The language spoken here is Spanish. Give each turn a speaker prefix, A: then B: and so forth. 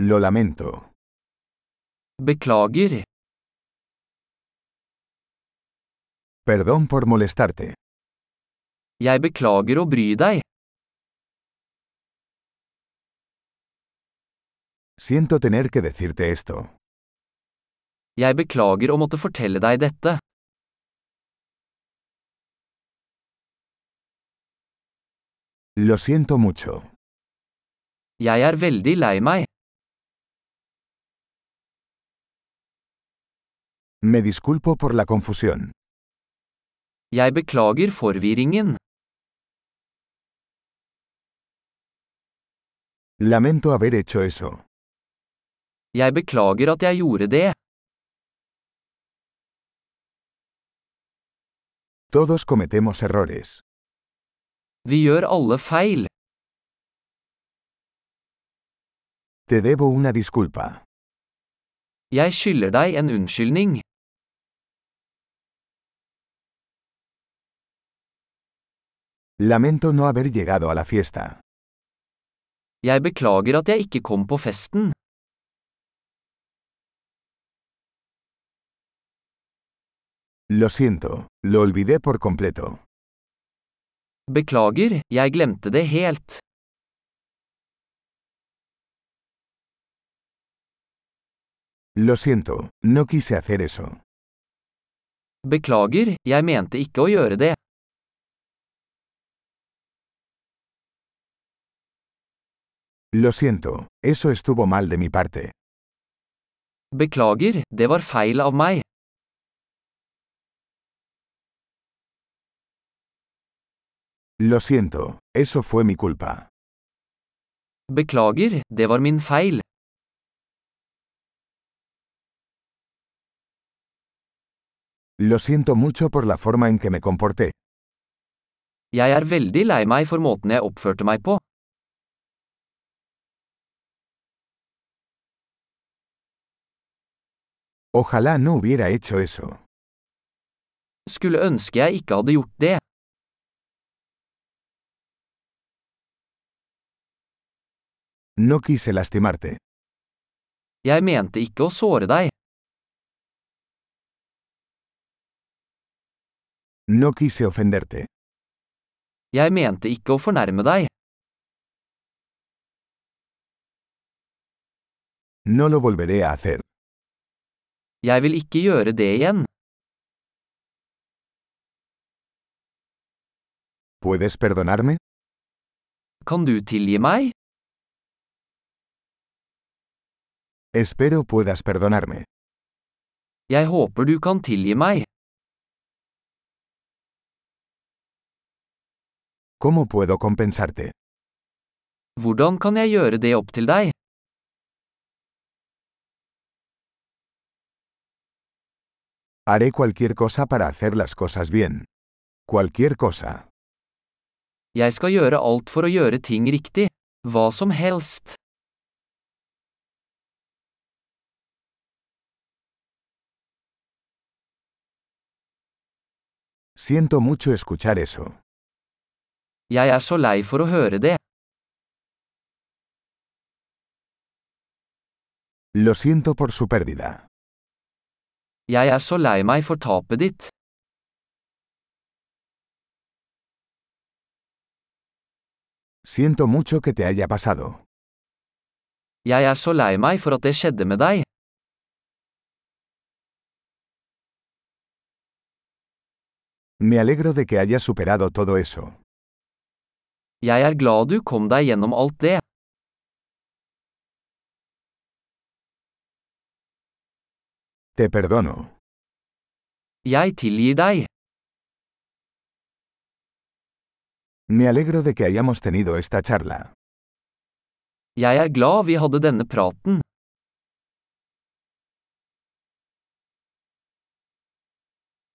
A: Lo lamento.
B: Beklager.
A: Perdón por molestarte.
B: Jeg beklager å bry deg.
A: Siento tener que decirte esto.
B: Jeg beklager å måtte fortelle deg dette.
A: Lo siento mucho.
B: Jeg er veldig lei meg.
A: Me disculpo por la confusión.
B: Jeg beklager forvirringen.
A: Lamento haber hecho eso.
B: Jeg beklager at jeg gjorde det.
A: Todos cometemos errores.
B: Vi gjør alle feil.
A: Te debo una disculpa.
B: Jeg skylder deg en unnskyldning.
A: Lamento no haber llegado a la fiesta.
B: Jeg beklager at jeg ikke kom på festen.
A: Lo siento, lo olvidé por completo.
B: Beklager, jeg glemte det helt.
A: Lo siento, no quise hacer eso.
B: Beklager, jeg mente ikke å gjøre det.
A: Lo siento, eso estuvo mal de mi parte.
B: Beklager, det var feil av meg.
A: Lo siento, eso fue mi culpa.
B: Beklager, det var min feil.
A: Lo siento mucho por la forma en que me comporté.
B: Jeg er veldig lei meg for måten jeg oppførte meg på.
A: Ojalá no hubiera hecho eso.
B: Skulle ønske jeg ikke hadde gjort det.
A: No quise lastimarte.
B: Jeg mente ikke å såre deg.
A: No quise ofenderte.
B: Jeg mente ikke å fornærme deg.
A: No lo volveré a hacer.
B: Jeg vil ikke gjøre det igjen.
A: ¿Puedes perdonarme?
B: Kan du tilgi meg?
A: Espero puedas perdonarme.
B: Jeg håper du kan tilgi meg.
A: ¿Cómo puedo compensarte?
B: Hvordan kan jeg gjøre det opp til deg?
A: Haré cualquier cosa para hacer las cosas bien. Cualquier cosa.
B: Jeg skal gjøre alt for å gjøre ting riktig. Hva som helst.
A: Siento mucho escuchar eso.
B: Jeg er så lei for å høre det.
A: Lo siento por su pérdida.
B: Jeg er så lei meg for tapet ditt.
A: Siento mucho que te haya pasado.
B: Jeg er så lei meg for at det skjedde med deg.
A: Me alegro de que hayas superado todo eso.
B: Jeg er glad du kom deg gjennom alt det.
A: Te perdono.
B: Jeg tilgir deg.
A: Me alegro de que hayamos tenido esta charla.
B: Jeg er glad vi hadde denne praten.